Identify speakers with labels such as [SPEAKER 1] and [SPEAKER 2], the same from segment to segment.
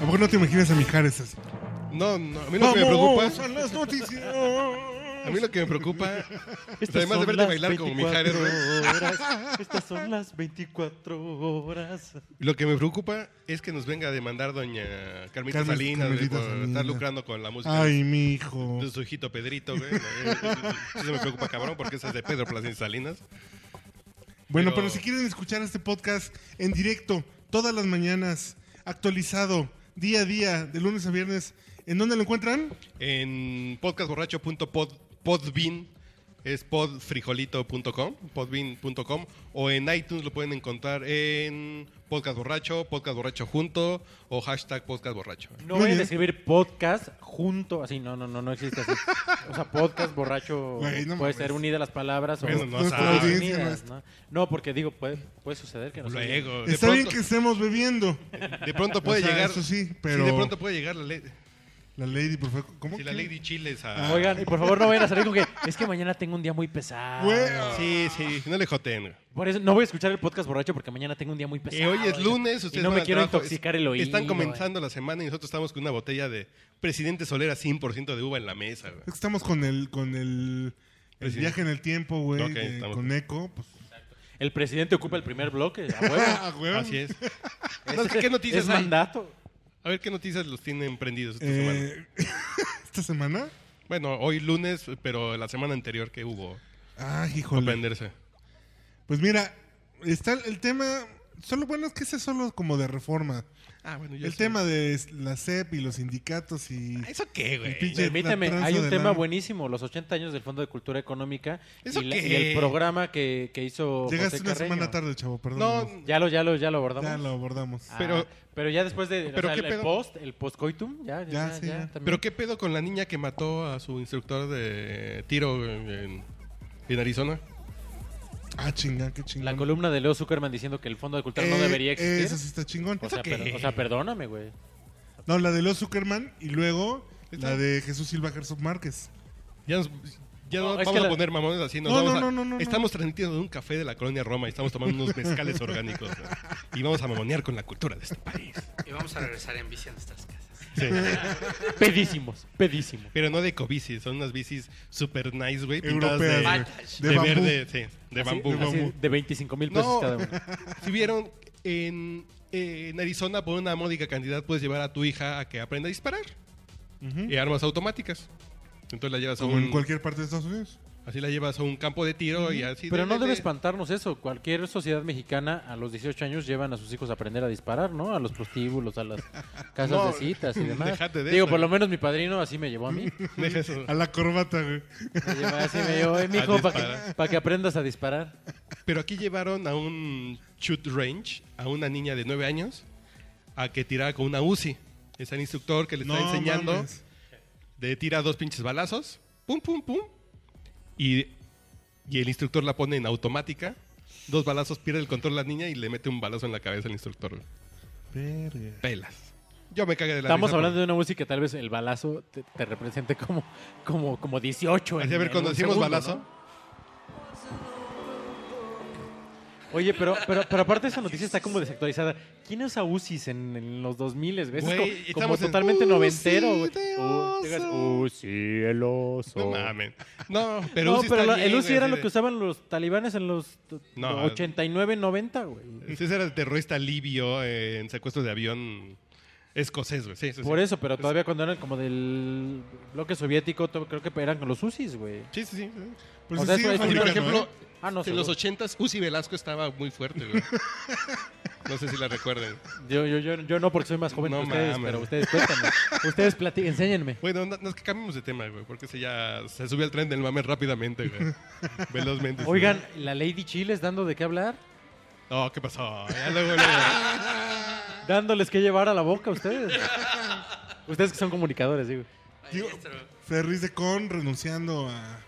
[SPEAKER 1] lo mejor no te imaginas a Mijares así.
[SPEAKER 2] No, no, a mí lo que me preocupa.
[SPEAKER 1] a las noticias.
[SPEAKER 2] A mí lo que me preocupa.
[SPEAKER 3] Estas
[SPEAKER 2] además de
[SPEAKER 3] son
[SPEAKER 2] verte
[SPEAKER 3] las
[SPEAKER 2] bailar como
[SPEAKER 3] 24
[SPEAKER 2] Mijares, güey.
[SPEAKER 3] horas. Estas son las 24 horas.
[SPEAKER 2] Lo que me preocupa es que nos venga a demandar doña Carmita
[SPEAKER 1] Carmen-
[SPEAKER 2] Salinas, güey,
[SPEAKER 1] Carmelita
[SPEAKER 2] por estar
[SPEAKER 1] Salinas.
[SPEAKER 2] lucrando con la música
[SPEAKER 1] Ay, mi hijo.
[SPEAKER 2] de su hijito Pedrito, güey. Eh, Eso me preocupa, cabrón, porque esa es de Pedro Placencia Salinas.
[SPEAKER 1] Bueno,
[SPEAKER 2] Pero-
[SPEAKER 1] pero... si quieren escuchar este podcast en directo, todas las mañanas, actualizado, día a día, de lunes a viernes, ¿en dónde lo encuentran?
[SPEAKER 2] En podcastborracho.podbean es podfrijolito.com, podbean.com o en iTunes lo pueden encontrar en Podcast Borracho, Podcast Borracho Junto o hashtag Podcast Borracho.
[SPEAKER 3] No
[SPEAKER 1] Muy
[SPEAKER 3] vayan
[SPEAKER 1] bien.
[SPEAKER 3] a escribir podcast junto, así, no, no, no, no existe así. O sea, podcast, borracho,
[SPEAKER 1] Güey, no
[SPEAKER 3] puede
[SPEAKER 1] mames.
[SPEAKER 3] ser unida las palabras o
[SPEAKER 2] Bueno, no
[SPEAKER 3] o
[SPEAKER 2] sabes.
[SPEAKER 3] unidas,
[SPEAKER 1] Audiencia nuestra.
[SPEAKER 3] ¿no? No, porque digo, puede, puede suceder que no sea-
[SPEAKER 2] Pues Luego, de
[SPEAKER 1] Está bien
[SPEAKER 2] pronto,
[SPEAKER 1] que estemos bebiendo.
[SPEAKER 2] de pronto puede
[SPEAKER 1] O sea,
[SPEAKER 2] llegar.
[SPEAKER 1] eso sí,
[SPEAKER 2] Sí,
[SPEAKER 1] pero-
[SPEAKER 2] de pronto puede llegar la, ley-
[SPEAKER 1] La Lady, por favor. ¿Cómo?
[SPEAKER 2] si
[SPEAKER 1] que?
[SPEAKER 2] la Lady Chiles a.
[SPEAKER 3] Oigan, y por favor no vayan a salir con que es que mañana tengo un día muy pesado.
[SPEAKER 1] Güey.
[SPEAKER 2] Sí, sí, no le joteen. güey.
[SPEAKER 3] Por eso no voy a escuchar el podcast borracho porque mañana tengo un día muy pesado.
[SPEAKER 2] Eh, hoy es lunes,
[SPEAKER 3] Y
[SPEAKER 2] ustedes
[SPEAKER 3] no
[SPEAKER 2] van
[SPEAKER 3] me
[SPEAKER 2] al
[SPEAKER 3] quiero
[SPEAKER 2] trabajo,
[SPEAKER 3] intoxicar
[SPEAKER 2] es-
[SPEAKER 3] el oído. eh.
[SPEAKER 2] Están comenzando la semana y nosotros estamos con una botella de Presidente Solera 100% de uva en la mesa. güey.
[SPEAKER 1] Es que estamos con el, con el, el
[SPEAKER 2] Presidente.
[SPEAKER 1] viaje en el tiempo, güey,
[SPEAKER 2] Pues Ok,
[SPEAKER 1] de-
[SPEAKER 2] estamos.
[SPEAKER 1] con eco. Pues,
[SPEAKER 3] El presidente ocupa el primer bloque, a huevo.
[SPEAKER 1] Ah, güey.
[SPEAKER 2] Así es. No, ¿Qué noticias
[SPEAKER 3] es
[SPEAKER 2] hay?
[SPEAKER 3] mandato.
[SPEAKER 2] A ver qué noticias los tienen prendidos esta semana.
[SPEAKER 1] Eh, ¿Esta semana?
[SPEAKER 2] Bueno, hoy lunes, pero la semana anterior que hubo
[SPEAKER 1] Ah,
[SPEAKER 2] para
[SPEAKER 1] híjole.
[SPEAKER 2] prenderse.
[SPEAKER 1] Pues mira, está el- el tema... Solo, bueno, es que ese es solo como de reforma.
[SPEAKER 2] Ah, bueno,
[SPEAKER 1] el tema de la CEP y los sindicatos y...
[SPEAKER 2] ¿Eso qué,
[SPEAKER 1] El pinche-
[SPEAKER 2] güey?
[SPEAKER 1] la
[SPEAKER 3] Permítame,
[SPEAKER 1] tranza
[SPEAKER 3] hay un
[SPEAKER 1] de
[SPEAKER 3] tema
[SPEAKER 1] lana.
[SPEAKER 3] buenísimo, los 80 años del Fondo de Cultura Económica
[SPEAKER 2] ¿Eso
[SPEAKER 3] y, la-
[SPEAKER 2] qué?
[SPEAKER 3] y el programa que, que hizo
[SPEAKER 1] Llegaste
[SPEAKER 3] José
[SPEAKER 1] una
[SPEAKER 3] Carreño.
[SPEAKER 1] semana tarde, chavo, perdón.
[SPEAKER 2] No,
[SPEAKER 3] Ya lo, ya lo, ya lo abordamos.
[SPEAKER 1] ya lo abordamos.
[SPEAKER 3] Ah,
[SPEAKER 2] Pero-
[SPEAKER 3] pero, ya después de o
[SPEAKER 2] pero
[SPEAKER 3] sea,
[SPEAKER 2] ¿qué
[SPEAKER 3] el, el
[SPEAKER 2] pedo?
[SPEAKER 3] post, el postcoitum, ya, ya,
[SPEAKER 1] Ya,
[SPEAKER 3] ya,
[SPEAKER 1] sí,
[SPEAKER 3] ya,
[SPEAKER 1] ya.
[SPEAKER 3] también.
[SPEAKER 2] pero ¿qué pedo con la niña que mató a su instructor de tiro en, en Arizona?
[SPEAKER 1] Ah, chinga, qué chingón.
[SPEAKER 3] La columna de Leo Zuckerman diciendo que el Fondo de Cultura no
[SPEAKER 1] Eh,
[SPEAKER 3] debería existir.
[SPEAKER 1] Eso sí está chingón.
[SPEAKER 3] o, sea,
[SPEAKER 2] qué?
[SPEAKER 3] per- o sea, perdóname, güey.
[SPEAKER 1] No, la de Leo Zuckerman y luego
[SPEAKER 2] Está-
[SPEAKER 1] la de Jesús Silva Herzog Márquez.
[SPEAKER 2] Ya nos- ya
[SPEAKER 3] No,
[SPEAKER 2] no,
[SPEAKER 3] es que
[SPEAKER 2] vamos a
[SPEAKER 3] la-
[SPEAKER 2] poner mamones así. nos
[SPEAKER 1] No,
[SPEAKER 2] vamos
[SPEAKER 1] no,
[SPEAKER 2] a-
[SPEAKER 1] no, no, no, no.
[SPEAKER 2] Estamos transmitiendo de un café de la colonia Roma y estamos tomando unos mezcales orgánicos. güey. Y vamos a mamonear con la cultura de este país.
[SPEAKER 4] Y vamos a regresar en bici a nuestras casas.
[SPEAKER 2] Sí.
[SPEAKER 3] Pedísimos, pedísimos.
[SPEAKER 2] Pero no de cobicis, son unas bicis super nice, güey. Pintadas de,
[SPEAKER 1] Europeas,
[SPEAKER 4] Ay,
[SPEAKER 1] güey.
[SPEAKER 2] de
[SPEAKER 1] bambú.
[SPEAKER 2] verde, sí, de
[SPEAKER 3] Así-
[SPEAKER 2] bambú.
[SPEAKER 3] así
[SPEAKER 1] De bambú.
[SPEAKER 3] de 25 mil pesos
[SPEAKER 2] No.
[SPEAKER 3] cada uno.
[SPEAKER 2] Si vieron, en, eh, en Arizona por una módica cantidad puedes llevar a tu hija a que aprenda a disparar.
[SPEAKER 1] Ujú.
[SPEAKER 2] Y armas automáticas. Entonces la llevas a
[SPEAKER 1] Como en
[SPEAKER 2] un...
[SPEAKER 1] cualquier parte de Estados Unidos.
[SPEAKER 2] Así la llevas a un campo de tiro y así...
[SPEAKER 3] Pero
[SPEAKER 2] de-
[SPEAKER 3] no
[SPEAKER 2] de-
[SPEAKER 3] debe
[SPEAKER 2] de-
[SPEAKER 3] espantarnos eso. Cualquier sociedad mexicana a los 18 años llevan a sus hijos a aprender a disparar, ¿no? A los prostíbulos, a las casas
[SPEAKER 2] No,
[SPEAKER 3] de citas y demás.
[SPEAKER 2] déjate de
[SPEAKER 3] Digo,
[SPEAKER 2] eso.
[SPEAKER 3] por lo menos mi padrino así me llevó a mí.
[SPEAKER 2] Deja eso.
[SPEAKER 1] A la corbata, güey.
[SPEAKER 3] Me llevó así, me llevó, "Eh, mijo,
[SPEAKER 2] A
[SPEAKER 3] para que,
[SPEAKER 2] disparar.
[SPEAKER 3] pa' que aprendas a disparar.
[SPEAKER 2] Pero aquí llevaron a un shoot range, a una niña de 9 años, a que tirara con una UCI. Es el instructor que le está enseñando...
[SPEAKER 1] mames.
[SPEAKER 2] de tira dos pinches balazos, pum, pum, pum, y, y el instructor la pone en automática. Dos balazos, pierde el control la niña y le mete un balazo en la cabeza al instructor.
[SPEAKER 1] Verga.
[SPEAKER 2] Pelas. Yo me cagué de la
[SPEAKER 3] Estamos
[SPEAKER 2] risa,
[SPEAKER 3] hablando
[SPEAKER 2] pero-
[SPEAKER 3] de una música que tal vez el balazo te, te represente como, como, como 18. en-
[SPEAKER 2] Así, a ver,
[SPEAKER 3] en
[SPEAKER 2] cuando
[SPEAKER 3] un
[SPEAKER 2] decimos
[SPEAKER 3] segundo,
[SPEAKER 2] balazo,
[SPEAKER 3] ¿no? Oye, pero, pero, pero aparte esa noticia está como desactualizada. ¿Quién usa UCIs en, en los 2000? Es
[SPEAKER 2] Güey,
[SPEAKER 3] como, como
[SPEAKER 2] estamos en
[SPEAKER 3] totalmente
[SPEAKER 2] UCI
[SPEAKER 3] noventero. güey.
[SPEAKER 2] de
[SPEAKER 3] U-
[SPEAKER 2] oso.
[SPEAKER 3] llegas, UCI, el oso.
[SPEAKER 2] no mames. No, pero
[SPEAKER 3] No,
[SPEAKER 2] Uzi
[SPEAKER 3] pero
[SPEAKER 2] está
[SPEAKER 3] la- el
[SPEAKER 2] bien,
[SPEAKER 3] UCI
[SPEAKER 2] güey,
[SPEAKER 3] era
[SPEAKER 2] así
[SPEAKER 3] lo
[SPEAKER 2] de-
[SPEAKER 3] que usaban los talibanes en los t-
[SPEAKER 2] No.
[SPEAKER 3] 89, 90, güey.
[SPEAKER 2] Ese era el terrorista libio eh, en secuestro de avión escocés, güey. Sí, sí, sí.
[SPEAKER 3] Por eso, pero todavía cuando eran como del bloque soviético, to- creo que eran con los UCIs, güey.
[SPEAKER 2] Sí, Pues sí, sí.
[SPEAKER 1] Pero
[SPEAKER 3] O
[SPEAKER 1] se Pues sigue
[SPEAKER 3] sea, eso es-
[SPEAKER 2] Y, por
[SPEAKER 1] fabricando,
[SPEAKER 2] ejemplo,
[SPEAKER 1] ¿eh?
[SPEAKER 3] Ah, no,
[SPEAKER 2] en los
[SPEAKER 3] seguro.
[SPEAKER 2] ochentas, Uzi Velasco estaba muy fuerte, güey. No sé si la recuerden.
[SPEAKER 3] Yo, yo, yo, yo no, porque soy más joven
[SPEAKER 2] No
[SPEAKER 3] que ustedes,
[SPEAKER 2] mames.
[SPEAKER 3] pero ustedes cuéntenme. ustedes plati- enséñenme.
[SPEAKER 2] Bueno, no, no, es que cambiemos de tema, güey, porque se ya se subió al tren del mame rápidamente, güey. Velozmente. sí.
[SPEAKER 3] Oigan, la Lady Chiles dando de qué hablar,
[SPEAKER 2] No, ¿qué pasó? Ya luego, luego.
[SPEAKER 3] dándoles que llevar a la boca a ustedes. ustedes que son comunicadores, digo.
[SPEAKER 4] Maestro,
[SPEAKER 1] Ferris de Con renunciando a,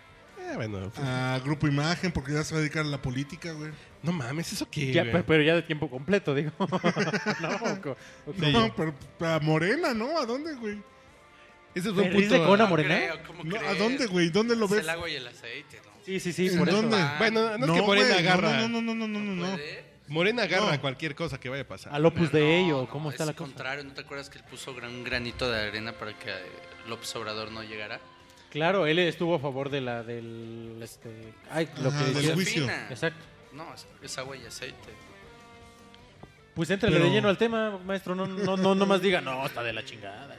[SPEAKER 2] Eh, bueno.
[SPEAKER 1] a Grupo Imagen porque ya se va a dedicar a la política, güey.
[SPEAKER 2] No mames, ¿eso qué,
[SPEAKER 3] Ya,
[SPEAKER 2] güey?
[SPEAKER 3] pe- pero ya de tiempo completo, digo. no, co- co-
[SPEAKER 2] Sí.
[SPEAKER 1] No, pero a Morena, ¿no? ¿A dónde, güey?
[SPEAKER 2] Ese fue un
[SPEAKER 3] Ferriz
[SPEAKER 2] punto...
[SPEAKER 3] de Cona,
[SPEAKER 4] no
[SPEAKER 3] Morena?
[SPEAKER 4] creo, ¿cómo
[SPEAKER 1] No, ¿A
[SPEAKER 4] crees?
[SPEAKER 1] dónde, güey? ¿Dónde lo
[SPEAKER 4] Es
[SPEAKER 1] ves?
[SPEAKER 4] el agua y el aceite, ¿no?
[SPEAKER 3] Sí, sí, sí,
[SPEAKER 1] ¿En
[SPEAKER 3] por eso.
[SPEAKER 1] dónde?
[SPEAKER 2] Bueno, no es que
[SPEAKER 1] güey,
[SPEAKER 2] Morena
[SPEAKER 1] no,
[SPEAKER 2] agarra.
[SPEAKER 1] No, no, no, no, no, no, no.
[SPEAKER 4] ¿Puede?
[SPEAKER 2] Morena agarra
[SPEAKER 1] No.
[SPEAKER 2] cualquier cosa que vaya a pasar.
[SPEAKER 3] Al opus Pues de ello,
[SPEAKER 4] No,
[SPEAKER 3] ¿cómo
[SPEAKER 4] no,
[SPEAKER 3] está
[SPEAKER 4] es
[SPEAKER 3] la
[SPEAKER 4] el
[SPEAKER 3] cosa?
[SPEAKER 4] contrario, ¿no te acuerdas que él puso gran- un granito de arena para que eh, López Obrador no llegara?
[SPEAKER 3] Claro, él estuvo a favor de la del este, ay, lo
[SPEAKER 1] Ajá,
[SPEAKER 3] que
[SPEAKER 1] del
[SPEAKER 3] decía-
[SPEAKER 1] juicio.
[SPEAKER 3] Exacto.
[SPEAKER 4] No, es, es agua y aceite.
[SPEAKER 3] Pues entrele
[SPEAKER 1] Pero-
[SPEAKER 3] de lleno al tema, maestro, no no no no más diga, no, está de la chingada.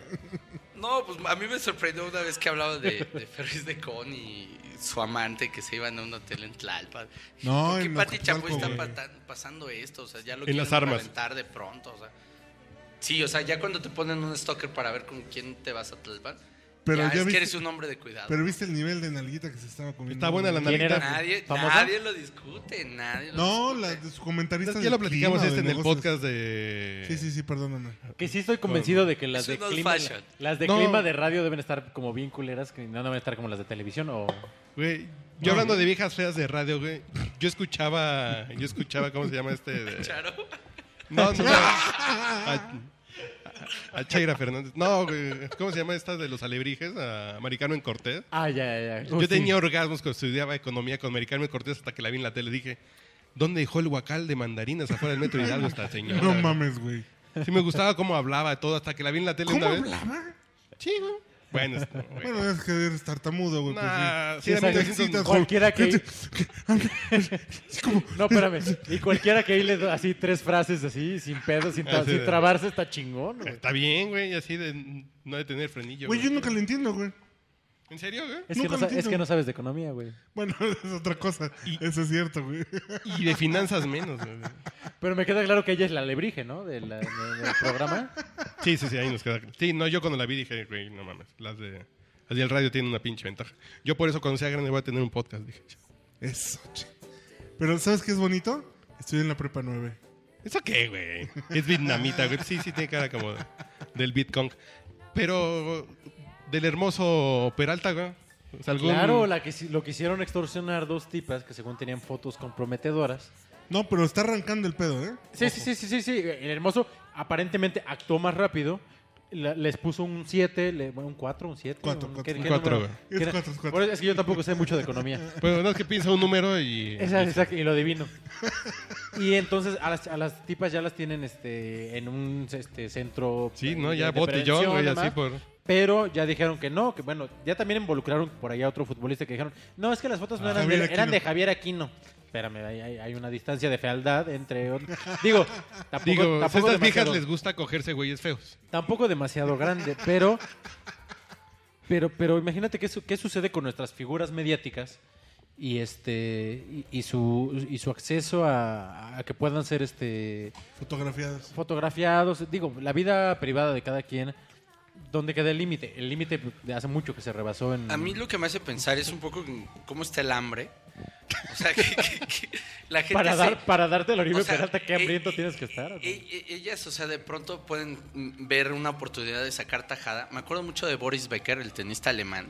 [SPEAKER 4] No, pues a mí me sorprendió una vez que hablaba de, de Ferris de Con y su amante que se iban a un hotel en Tlalpan.
[SPEAKER 1] No,
[SPEAKER 4] ¿Por qué
[SPEAKER 1] en
[SPEAKER 4] Pati
[SPEAKER 1] Acapulco,
[SPEAKER 4] Chapoy está
[SPEAKER 1] güey.
[SPEAKER 4] pata- pasando esto? O sea, ya lo
[SPEAKER 2] En las
[SPEAKER 4] quieren
[SPEAKER 2] armas.
[SPEAKER 4] reventar de pronto. O sea. Sí, o sea, ya cuando te ponen un stalker para ver con quién te vas a Tlalpan,
[SPEAKER 1] Pero
[SPEAKER 4] ya,
[SPEAKER 1] ya
[SPEAKER 4] es
[SPEAKER 1] viste-
[SPEAKER 4] que eres un hombre de cuidado.
[SPEAKER 1] Pero viste el nivel de nalguita que se estaba comiendo.
[SPEAKER 2] Está buena la
[SPEAKER 3] ¿Quién
[SPEAKER 2] nalguita.
[SPEAKER 3] era?
[SPEAKER 4] nadie,
[SPEAKER 3] ¿Famosa?
[SPEAKER 4] nadie lo discute, nadie lo
[SPEAKER 1] No,
[SPEAKER 4] discute.
[SPEAKER 1] la de su comentarista.
[SPEAKER 2] Ya lo
[SPEAKER 1] del
[SPEAKER 2] platicamos
[SPEAKER 1] clima,
[SPEAKER 2] este en
[SPEAKER 1] de
[SPEAKER 2] el
[SPEAKER 1] negocios.
[SPEAKER 2] podcast de...
[SPEAKER 1] Sí, sí, sí, perdóname.
[SPEAKER 3] Que sí estoy convencido de que las
[SPEAKER 4] Es
[SPEAKER 3] de
[SPEAKER 4] un old
[SPEAKER 3] clima,
[SPEAKER 4] fashion.
[SPEAKER 3] las de
[SPEAKER 2] No.
[SPEAKER 3] clima de radio deben estar como bien culeras, que no deben estar como las de televisión o
[SPEAKER 2] Güey, yo hablando de viejas feas de radio, güey, yo escuchaba, yo escuchaba, ¿cómo se llama este? De-
[SPEAKER 4] Charo.
[SPEAKER 2] No, no, no. A, a Chaira Fernández. No, güey, ¿cómo se llama esta de los alebrijes? A Americano en Cortés.
[SPEAKER 3] Ah, ya, ya. ya.
[SPEAKER 2] Yo
[SPEAKER 3] Oh, sí.
[SPEAKER 2] tenía orgasmos cuando estudiaba economía con Americano en Cortés hasta que la vi en la tele. Dije, ¿dónde dejó el guacal de mandarinas afuera del metro Hidalgo esta señora?
[SPEAKER 1] No mames, güey.
[SPEAKER 2] Sí me gustaba cómo hablaba todo hasta que la vi en la tele
[SPEAKER 1] ¿Cómo
[SPEAKER 2] una vez.
[SPEAKER 1] hablaba?
[SPEAKER 2] Sí, güey. Bueno, es- güey.
[SPEAKER 1] Bueno, es que eres tartamudo, güey. pues,
[SPEAKER 2] Nah,
[SPEAKER 1] sí. Sí,
[SPEAKER 2] sí, a mí
[SPEAKER 1] te
[SPEAKER 2] me siento-
[SPEAKER 1] excitas, güey.
[SPEAKER 3] Cualquiera que No, espérame. Y cualquiera que le así tres frases así sin pedo, sin, tra-
[SPEAKER 2] Así
[SPEAKER 3] sin
[SPEAKER 2] de-
[SPEAKER 3] trabarse está chingón, güey.
[SPEAKER 2] Está bien, güey, así de no de tener frenillo.
[SPEAKER 1] Güey, yo nunca le entiendo, güey.
[SPEAKER 2] ¿En serio, güey?
[SPEAKER 3] Es
[SPEAKER 1] Nunca
[SPEAKER 3] que, no,
[SPEAKER 1] lo
[SPEAKER 3] sa- es
[SPEAKER 1] entiendo.
[SPEAKER 3] que no sabes de economía, güey.
[SPEAKER 1] Bueno, es otra cosa. Eso es cierto, güey.
[SPEAKER 2] Y de finanzas menos, güey.
[SPEAKER 3] Pero me queda claro que ella es la lebrige, ¿no? De la- de- del programa.
[SPEAKER 2] Sí, sí, sí, ahí nos queda. Sí, no, yo cuando la vi dije, güey, no mames, las de... Las del radio tienen una pinche ventaja. Yo por eso cuando sea grande voy a tener un podcast, dije.
[SPEAKER 1] Eso, che. Pero ¿sabes qué es bonito? Estudié en la prepa 9.
[SPEAKER 2] ¿Eso qué, güey? Es vietnamita, güey. Sí, sí, tiene cara como de- del Bitcoin. Pero del hermoso Peralta, güey. O
[SPEAKER 3] Pues,
[SPEAKER 2] sea, algún-
[SPEAKER 3] Claro, la que, si- lo que hicieron extorsionar dos tipas que según tenían fotos comprometedoras.
[SPEAKER 1] No, pero está arrancando el pedo, ¿eh?
[SPEAKER 3] Sí, sí, sí, sí, sí, sí. El hermoso aparentemente actuó más rápido. La- les puso un 7, un 4, un 7.
[SPEAKER 1] Cuatro,
[SPEAKER 3] un,
[SPEAKER 1] cuatro.
[SPEAKER 3] ¿qué- qué
[SPEAKER 2] Cuatro,
[SPEAKER 3] número?
[SPEAKER 2] güey.
[SPEAKER 1] Es
[SPEAKER 3] ¿Qué era?
[SPEAKER 1] cuatro, es cuatro.
[SPEAKER 3] Por eso es que yo tampoco sé mucho de economía.
[SPEAKER 2] Pero no es que piensa un número y...
[SPEAKER 3] Esa- esa- y lo divino. Y entonces a las, a las tipas ya las tienen este en un este, centro.
[SPEAKER 2] Sí, ¿no?
[SPEAKER 3] de-
[SPEAKER 2] Ya
[SPEAKER 3] de
[SPEAKER 2] botellón,
[SPEAKER 3] prevención,
[SPEAKER 2] güey,
[SPEAKER 3] además.
[SPEAKER 2] así por...
[SPEAKER 3] Pero ya dijeron que no, que bueno, ya también involucraron por allá a otro futbolista que dijeron, no, es que las fotos no
[SPEAKER 1] Ah,
[SPEAKER 3] eran,
[SPEAKER 1] Javier
[SPEAKER 3] de, eran
[SPEAKER 1] Aquino.
[SPEAKER 3] de Javier Aquino. Espérame, hay, hay- hay una distancia de fealdad entre... ot- Digo, tampoco,
[SPEAKER 2] Digo, a
[SPEAKER 3] tampoco
[SPEAKER 2] estas viejas
[SPEAKER 3] demasiado,
[SPEAKER 2] les gusta cogerse güeyes feos.
[SPEAKER 3] tampoco demasiado grande, pero... Pero, pero imagínate qué, su- qué sucede con nuestras figuras mediáticas y este y, y su y su acceso a, a que puedan ser este
[SPEAKER 1] Fotografiadas.
[SPEAKER 3] fotografiados, digo, la vida privada de cada quien, ¿dónde queda el límite? El límite de hace mucho que se rebasó en...
[SPEAKER 4] A mí lo que me hace pensar es un poco en cómo está el hambre. O sea, que, que- que la gente...
[SPEAKER 3] para,
[SPEAKER 4] se-
[SPEAKER 3] dar, para darte el Oribe
[SPEAKER 4] o sea,
[SPEAKER 3] Peralta, qué
[SPEAKER 4] eh,
[SPEAKER 3] hambriento
[SPEAKER 4] eh,
[SPEAKER 3] tienes que estar. ¿no?
[SPEAKER 4] eh, eh, Ellas, o sea, de pronto pueden mm, ver una oportunidad de sacar tajada. Me acuerdo mucho de Boris Becker, el tenista alemán,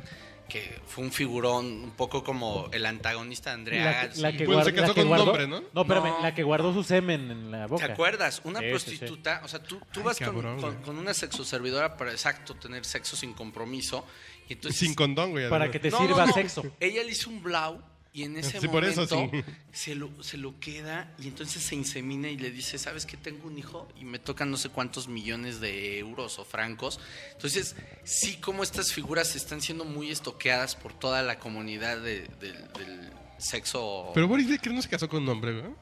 [SPEAKER 4] que fue un figurón un poco como el antagonista de Andrea
[SPEAKER 3] La,
[SPEAKER 4] Agassi.
[SPEAKER 3] la que
[SPEAKER 2] Bueno,
[SPEAKER 3] guardó,
[SPEAKER 2] se casó
[SPEAKER 3] la que
[SPEAKER 2] con un
[SPEAKER 3] guardó-
[SPEAKER 2] hombre, ¿no?
[SPEAKER 3] No, espérame,
[SPEAKER 4] No.
[SPEAKER 3] la que guardó su semen en la boca.
[SPEAKER 4] ¿Te acuerdas? Una
[SPEAKER 3] Sí, sí, sí.
[SPEAKER 4] prostituta, o sea, tú, tú vas con-
[SPEAKER 2] cabrón,
[SPEAKER 4] con,
[SPEAKER 2] güey.
[SPEAKER 4] con una sexoservidora para exacto tener sexo sin compromiso. Y entonces,
[SPEAKER 2] Sin condón, güey.
[SPEAKER 3] Para
[SPEAKER 2] además.
[SPEAKER 3] que te
[SPEAKER 4] No, no,
[SPEAKER 3] sirva
[SPEAKER 4] no.
[SPEAKER 3] sexo.
[SPEAKER 4] Ella le hizo un blau y en ese
[SPEAKER 2] Sí, por eso,
[SPEAKER 4] momento
[SPEAKER 2] sí.
[SPEAKER 4] se, lo, se lo queda y entonces se insemina y le dice, ¿sabes que tengo un hijo? Y me tocan no sé cuántos millones de euros o francos. Entonces, sí, como estas figuras están siendo muy estoqueadas por toda la comunidad de- del- del sexo.
[SPEAKER 2] Pero Boris Becker no se casó con un hombre, güey.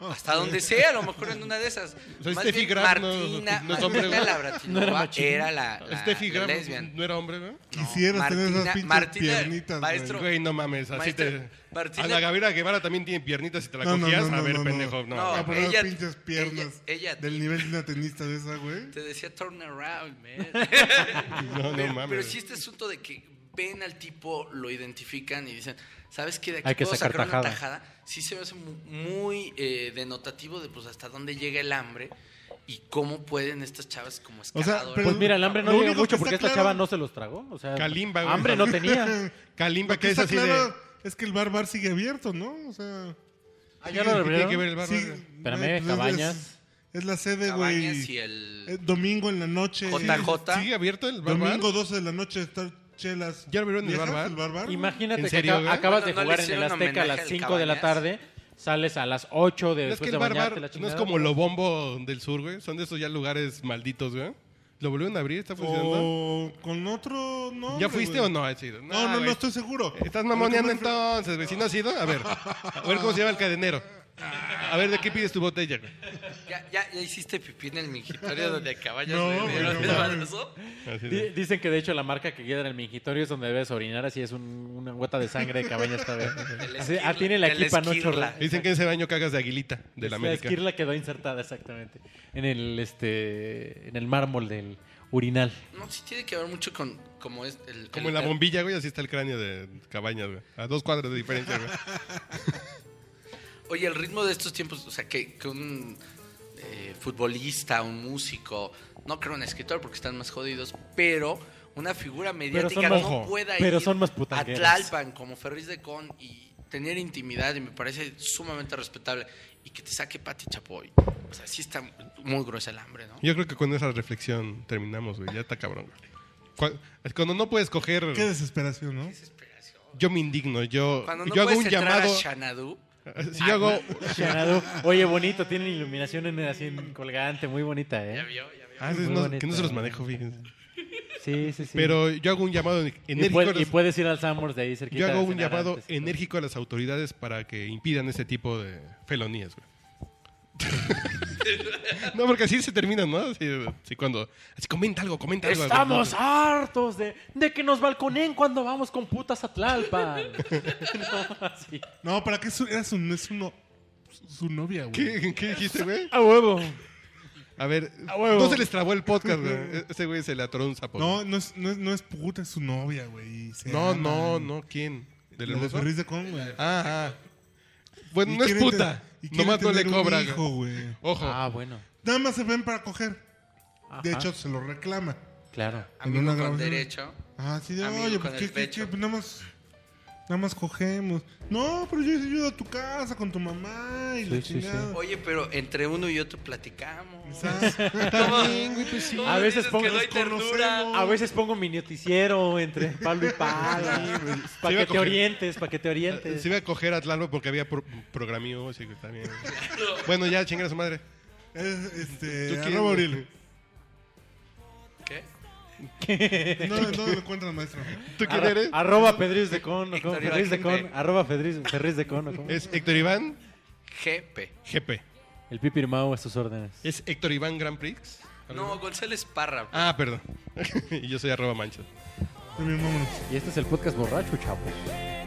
[SPEAKER 4] Hasta donde sea, a lo mejor en una de esas.
[SPEAKER 2] O sea,
[SPEAKER 4] Más
[SPEAKER 2] Steffi
[SPEAKER 4] bien,
[SPEAKER 2] Graf no-
[SPEAKER 4] Martina,
[SPEAKER 2] no es hombre,
[SPEAKER 4] Martina
[SPEAKER 2] ¿no?
[SPEAKER 4] Navratilova
[SPEAKER 3] No era machín.
[SPEAKER 4] era la, la,
[SPEAKER 2] Este Steffi
[SPEAKER 4] la
[SPEAKER 2] Graf
[SPEAKER 4] lesbian.
[SPEAKER 2] no era hombre, güey.
[SPEAKER 1] Quisieras tener esas
[SPEAKER 4] Martina-
[SPEAKER 1] pinches
[SPEAKER 4] Martina,
[SPEAKER 1] piernitas, güey.
[SPEAKER 4] maestro,
[SPEAKER 2] Güey, no mames, así
[SPEAKER 4] Maestro,
[SPEAKER 2] te...
[SPEAKER 4] Martina-
[SPEAKER 2] A la Gabriela Guevara también tiene piernitas y te la
[SPEAKER 1] No, no,
[SPEAKER 2] cogías.
[SPEAKER 1] no,
[SPEAKER 2] a
[SPEAKER 1] no,
[SPEAKER 2] ver,
[SPEAKER 1] no, no.
[SPEAKER 2] pendejo. No,
[SPEAKER 4] No,
[SPEAKER 1] Ah,
[SPEAKER 2] güey.
[SPEAKER 1] pero esas
[SPEAKER 4] ella-
[SPEAKER 1] pinches piernas.
[SPEAKER 4] ella- ella-
[SPEAKER 1] del nivel de una tenista de esa, güey.
[SPEAKER 4] Te decía turn around, man.
[SPEAKER 2] no, no
[SPEAKER 4] pero,
[SPEAKER 2] mames. güey.
[SPEAKER 4] pero sí este asunto de que ven al tipo, lo identifican y dicen, ¿sabes qué? De aquí
[SPEAKER 3] Hay que
[SPEAKER 4] puedo
[SPEAKER 3] sacar
[SPEAKER 4] sacar una
[SPEAKER 3] tajada.
[SPEAKER 4] tajada. Sí se me hace mu- muy eh, denotativo de pues hasta dónde llega el hambre y cómo pueden estas chavas como
[SPEAKER 1] sea,
[SPEAKER 4] escaladoras.
[SPEAKER 1] pero-
[SPEAKER 3] Pues mira, el hambre
[SPEAKER 1] Lo
[SPEAKER 3] no llega
[SPEAKER 1] único
[SPEAKER 3] mucho
[SPEAKER 1] que
[SPEAKER 3] porque
[SPEAKER 1] está
[SPEAKER 3] esta
[SPEAKER 1] claro-
[SPEAKER 3] chava no se los tragó. O sea,
[SPEAKER 2] Calimba, güey.
[SPEAKER 3] hambre no tenía.
[SPEAKER 2] Kalimba,
[SPEAKER 1] Lo
[SPEAKER 2] que
[SPEAKER 1] que
[SPEAKER 2] es
[SPEAKER 1] está
[SPEAKER 2] así
[SPEAKER 1] claro
[SPEAKER 2] de...
[SPEAKER 1] es que el bar bar sigue abierto, ¿no? O sea.
[SPEAKER 3] Ah,
[SPEAKER 1] sigue-
[SPEAKER 2] ¿Qué
[SPEAKER 3] ya lo
[SPEAKER 2] tiene
[SPEAKER 3] abrieron?
[SPEAKER 2] que ver el barro?
[SPEAKER 1] sigue-
[SPEAKER 3] Espérame,
[SPEAKER 1] güey, es-
[SPEAKER 3] Cabañas.
[SPEAKER 1] Es, la sede,
[SPEAKER 4] Cabañas
[SPEAKER 1] güey.
[SPEAKER 4] y el
[SPEAKER 1] Eh, Domingo en la noche.
[SPEAKER 4] JJ.
[SPEAKER 2] ¿Sigue abierto el barbar?
[SPEAKER 1] Domingo 12 de la noche estar chelas.
[SPEAKER 2] ¿Ya lo vieron en el
[SPEAKER 1] ¿Viejas
[SPEAKER 2] bar bar?
[SPEAKER 1] del bar bar?
[SPEAKER 3] Imagínate
[SPEAKER 2] ¿En serio,
[SPEAKER 3] que
[SPEAKER 2] güey?
[SPEAKER 3] aca- acabas
[SPEAKER 4] Bueno,
[SPEAKER 3] de
[SPEAKER 4] ¿no le
[SPEAKER 3] jugar en
[SPEAKER 4] hicieron
[SPEAKER 3] el Azteca a
[SPEAKER 4] homenaje
[SPEAKER 3] las
[SPEAKER 4] al
[SPEAKER 3] 5 de la
[SPEAKER 4] Cabañas?
[SPEAKER 3] tarde. sales a las 8 de,
[SPEAKER 2] Es
[SPEAKER 3] después
[SPEAKER 2] que
[SPEAKER 3] de
[SPEAKER 2] el
[SPEAKER 3] bañarte,
[SPEAKER 2] barbar
[SPEAKER 3] la
[SPEAKER 2] no es
[SPEAKER 3] chingada.
[SPEAKER 2] como lo bombo del sur, güey. Son de esos ya lugares malditos, güey. Lo volvieron a abrir, está funcionando.
[SPEAKER 1] O con otro nombre.
[SPEAKER 2] ¿Ya fuiste
[SPEAKER 1] Oh, güey.
[SPEAKER 2] o no? Es decir,
[SPEAKER 1] No, no,
[SPEAKER 2] Ah, güey. Eh,
[SPEAKER 1] no estoy seguro. Pero
[SPEAKER 2] Estás mamoneando
[SPEAKER 1] que me-
[SPEAKER 2] entonces, güey. Si no has ido, a ver. A ver cómo se llama el cadenero. A ver, ¿de qué pides tu botella, güey?
[SPEAKER 4] ¿Ya, ya, ya hiciste pipí en el mingitorio donde acaballas
[SPEAKER 1] No,
[SPEAKER 4] de- de-
[SPEAKER 1] güey, no
[SPEAKER 4] de
[SPEAKER 1] mames.
[SPEAKER 4] balazo?
[SPEAKER 2] Así
[SPEAKER 3] Di-
[SPEAKER 2] de-
[SPEAKER 3] Dicen que de hecho la marca que queda en el mingitorio es donde debes orinar, así es un- una gota de sangre de cabaña esta vez.
[SPEAKER 4] la
[SPEAKER 3] Así,
[SPEAKER 4] esquirla,
[SPEAKER 3] ah, tiene la
[SPEAKER 4] de la
[SPEAKER 3] equipa, no
[SPEAKER 4] esquirla.
[SPEAKER 3] chorla.
[SPEAKER 2] Dicen que en ese baño cagas de aguilita, de la
[SPEAKER 3] Es la
[SPEAKER 2] América.
[SPEAKER 3] esquirla quedó insertada exactamente en el este en el mármol del urinal.
[SPEAKER 4] No, sí tiene que ver mucho con como es el
[SPEAKER 2] Como en la bombilla, güey, así está el cráneo de cabañas, güey. A dos cuadras de diferencia, güey.
[SPEAKER 4] Oye, el ritmo de estos tiempos, o sea, que, que un eh, futbolista, un músico, no creo un escritor porque están más jodidos, pero una figura mediática
[SPEAKER 3] son más-
[SPEAKER 4] no
[SPEAKER 2] Ojo,
[SPEAKER 4] pueda
[SPEAKER 3] pero
[SPEAKER 4] ir
[SPEAKER 3] son más
[SPEAKER 4] a
[SPEAKER 3] putangueras.
[SPEAKER 4] Tlalpan como Ferris de Con y tener intimidad y me parece sumamente respetable y que te saque Pati Chapoy. O sea, sí está muy gruesa el hambre, ¿no?
[SPEAKER 2] Yo creo que con esa reflexión terminamos, güey. Ya está cabrón, güey. Cu- Cuando no puedes coger,
[SPEAKER 1] Qué desesperación, ¿no?
[SPEAKER 4] Desesperación.
[SPEAKER 2] yo me indigno. Yo,
[SPEAKER 4] Cuando no
[SPEAKER 2] yo hago un
[SPEAKER 4] puedes entrar
[SPEAKER 2] llamado.
[SPEAKER 4] a Ah, Xanadu,
[SPEAKER 2] Si yo hago.
[SPEAKER 3] Xanadu. Oye, bonito, tienen iluminación en, así en colgante, muy bonita,
[SPEAKER 4] ya
[SPEAKER 3] ¿eh?
[SPEAKER 4] vio, ya vio.
[SPEAKER 2] Ah, esos
[SPEAKER 3] Muy
[SPEAKER 2] no-
[SPEAKER 3] bonito.
[SPEAKER 2] que no se los manejo, fíjense.
[SPEAKER 3] Sí, sí, sí.
[SPEAKER 2] Pero yo hago un llamado en-
[SPEAKER 3] y,
[SPEAKER 2] enérgico. a
[SPEAKER 3] puede- y
[SPEAKER 2] las-
[SPEAKER 3] puedes ir al Summers de ahí cerquita.
[SPEAKER 2] yo hago
[SPEAKER 3] a
[SPEAKER 2] un
[SPEAKER 3] cenar
[SPEAKER 2] llamado
[SPEAKER 3] antes y todo.
[SPEAKER 2] enérgico a las autoridades para que impidan ese tipo de felonías, güey. no, porque así se termina, ¿no? Así, así cuando. Así comenta algo, comenta algo.
[SPEAKER 3] Estamos hartos de, de que nos balconen cuando vamos con putas a Tlalpan. No, así.
[SPEAKER 1] No, ¿para qué su- era su, es su, no- su novia, güey?
[SPEAKER 2] ¿Qué, qué dijiste, güey?
[SPEAKER 3] A huevo.
[SPEAKER 2] A ver,
[SPEAKER 3] A huevo.
[SPEAKER 2] no se les trabó el podcast, güey. Ese güey se le atoró un sapo.
[SPEAKER 1] No, no es, no, es, no es puta, es su novia, güey. y se
[SPEAKER 2] no,
[SPEAKER 1] aman.
[SPEAKER 2] no, no, ¿quién? ¿Del
[SPEAKER 1] La de
[SPEAKER 2] hermoso?
[SPEAKER 1] Ferris de Con, güey.
[SPEAKER 2] Ah, ah. Bueno,
[SPEAKER 1] Y
[SPEAKER 2] no es
[SPEAKER 1] quieren
[SPEAKER 2] puta.
[SPEAKER 1] te- y quieren
[SPEAKER 2] Nomás no le
[SPEAKER 1] tener un
[SPEAKER 2] cobra. güey.
[SPEAKER 1] hijo, güey.
[SPEAKER 2] Ojo.
[SPEAKER 3] Ah, bueno.
[SPEAKER 1] Nada más se ven para coger. De
[SPEAKER 3] Ajá.
[SPEAKER 1] hecho, se lo reclama.
[SPEAKER 3] Claro.
[SPEAKER 1] En
[SPEAKER 4] Amigo
[SPEAKER 1] una
[SPEAKER 4] con
[SPEAKER 1] grabación.
[SPEAKER 4] derecho.
[SPEAKER 1] Ah, sí, de,
[SPEAKER 4] Amigo
[SPEAKER 1] oye,
[SPEAKER 4] con
[SPEAKER 1] pues,
[SPEAKER 4] el
[SPEAKER 1] ¿qué, qué,
[SPEAKER 4] pecho.
[SPEAKER 1] qué? Pues nada más, nada más cogemos. No, pero yo ayudo a tu casa con tu mamá y la
[SPEAKER 3] Sí, sí, sí.
[SPEAKER 1] chingada.
[SPEAKER 4] Oye, pero entre uno y otro platicamos.
[SPEAKER 1] ¿Sabes? pues
[SPEAKER 4] ¿Cómo
[SPEAKER 3] A
[SPEAKER 4] me
[SPEAKER 3] veces
[SPEAKER 4] dices que
[SPEAKER 3] pongo-
[SPEAKER 4] no hay
[SPEAKER 1] nos
[SPEAKER 4] ternura?
[SPEAKER 1] conocemos.
[SPEAKER 3] A veces pongo mi noticiero entre Pablo y Pablo.
[SPEAKER 2] a
[SPEAKER 3] Para que te
[SPEAKER 2] coger.
[SPEAKER 3] orientes, para que te orientes.
[SPEAKER 2] Se iba a coger a Tlalpan porque había pro programido, así que está bien. bueno, ya, chingar a su madre.
[SPEAKER 1] Es, este,
[SPEAKER 2] ¿Tú quién,
[SPEAKER 1] arroba
[SPEAKER 2] güey?
[SPEAKER 1] Uriel.
[SPEAKER 4] ¿Qué?
[SPEAKER 1] No, no lo encuentras, maestro.
[SPEAKER 2] ¿Tú quién
[SPEAKER 3] Arro-
[SPEAKER 2] eres?
[SPEAKER 3] Arroba Pedriz de Con, o como
[SPEAKER 4] Héctor
[SPEAKER 3] Ferriz de
[SPEAKER 4] Ibaquinde.
[SPEAKER 3] Con, arroba Pedriz, Ferriz de Con, o como.
[SPEAKER 2] Es Héctor Iván
[SPEAKER 4] GP.
[SPEAKER 2] GP.
[SPEAKER 3] El Pipirmao a sus órdenes.
[SPEAKER 2] Es Héctor Iván Grand Prix.
[SPEAKER 4] No, González Parra.
[SPEAKER 2] Ah, perdón. y yo soy arroba mancha.
[SPEAKER 1] También vámonos.
[SPEAKER 3] Y este es el podcast borracho, chavos.